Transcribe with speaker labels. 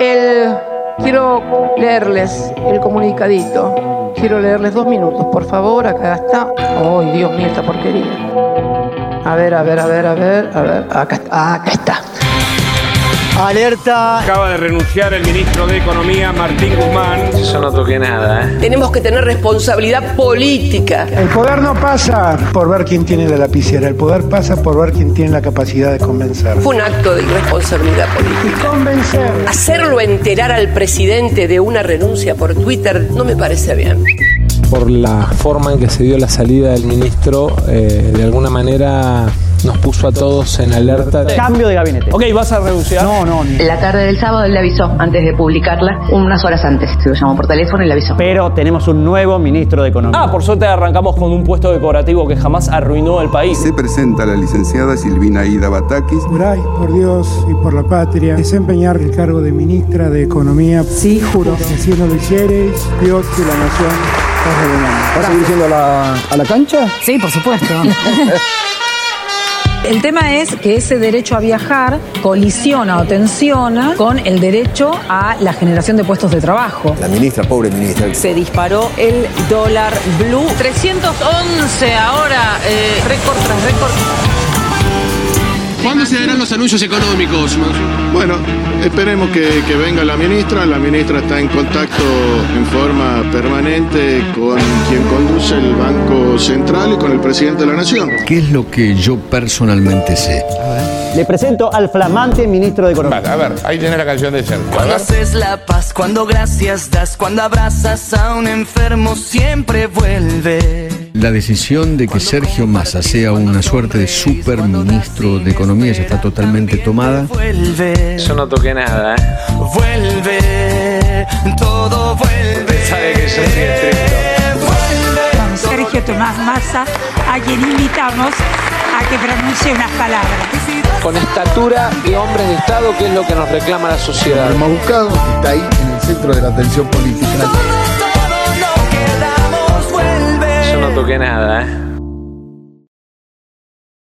Speaker 1: El, quiero leerles el comunicadito. Quiero leerles dos minutos, por favor. Acá está. ¡Ay, Dios mío, esta porquería! A ver, a ver, a ver, a ver, a ver. Acá, está. acá está.
Speaker 2: Alerta.
Speaker 3: Acaba de renunciar el ministro de Economía, Martín Guzmán.
Speaker 4: Yo no toqué nada, ¿eh?
Speaker 5: Tenemos que tener responsabilidad política.
Speaker 6: El poder no pasa por ver quién tiene la lapicera, el poder pasa por ver quién tiene la capacidad de convencer.
Speaker 5: Fue un acto de irresponsabilidad política.
Speaker 6: Y convencer.
Speaker 5: Hacerlo enterar al presidente de una renuncia por Twitter no me parece bien.
Speaker 4: Por la forma en que se dio la salida del ministro, eh, de alguna manera nos puso a todos en alerta.
Speaker 2: Cambio de gabinete.
Speaker 7: Ok, vas a renunciar.
Speaker 2: No, no, ni-
Speaker 8: La tarde del sábado él le avisó antes de publicarla, unas horas antes. Se lo llamó por teléfono y le avisó.
Speaker 2: Pero tenemos un nuevo ministro de Economía.
Speaker 7: Ah, por suerte arrancamos con un puesto decorativo que jamás arruinó el país.
Speaker 9: Se presenta la licenciada Silvina Ida Batakis.
Speaker 6: Juráis por Dios y por la patria desempeñar el cargo de ministra de Economía. Sí, juro. Si no lo hiciereis, Dios y la nación os revelarán.
Speaker 10: ¿Vas a seguir yendo a la, a la cancha?
Speaker 11: Sí, por supuesto. El tema es que ese derecho a viajar colisiona o tensiona con el derecho a la generación de puestos de trabajo.
Speaker 10: La ministra, pobre ministra.
Speaker 11: Se disparó el dólar blue. 311 ahora, eh, récord tras récord.
Speaker 12: ¿Cuándo se darán los anuncios económicos?
Speaker 9: Bueno, esperemos que, que venga la ministra. La ministra está en contacto en forma permanente con quien conduce el Banco Central y con el presidente de la Nación.
Speaker 12: ¿Qué es lo que yo personalmente sé?
Speaker 2: Le presento al flamante ministro de Economía.
Speaker 3: A ver, ahí tiene la canción de Sergio. A ver.
Speaker 7: haces la paz, cuando gracias das, cuando abrazas a un enfermo, siempre vuelve.
Speaker 12: La decisión de que Sergio Massa sea una suerte de superministro de Economía ya está totalmente tomada.
Speaker 7: Vuelve,
Speaker 4: Yo no toqué nada, ¿eh?
Speaker 7: vuelve, todo vuelve.
Speaker 4: Sabe que yo soy estricto.
Speaker 11: Sergio Tomás Massa, a quien invitamos a que pronuncie unas palabras.
Speaker 10: Con estatura de hombres de Estado, que es lo que nos reclama la sociedad.
Speaker 9: más buscado está ahí en el centro de la atención política.
Speaker 4: Yo no toqué nada, ¿eh?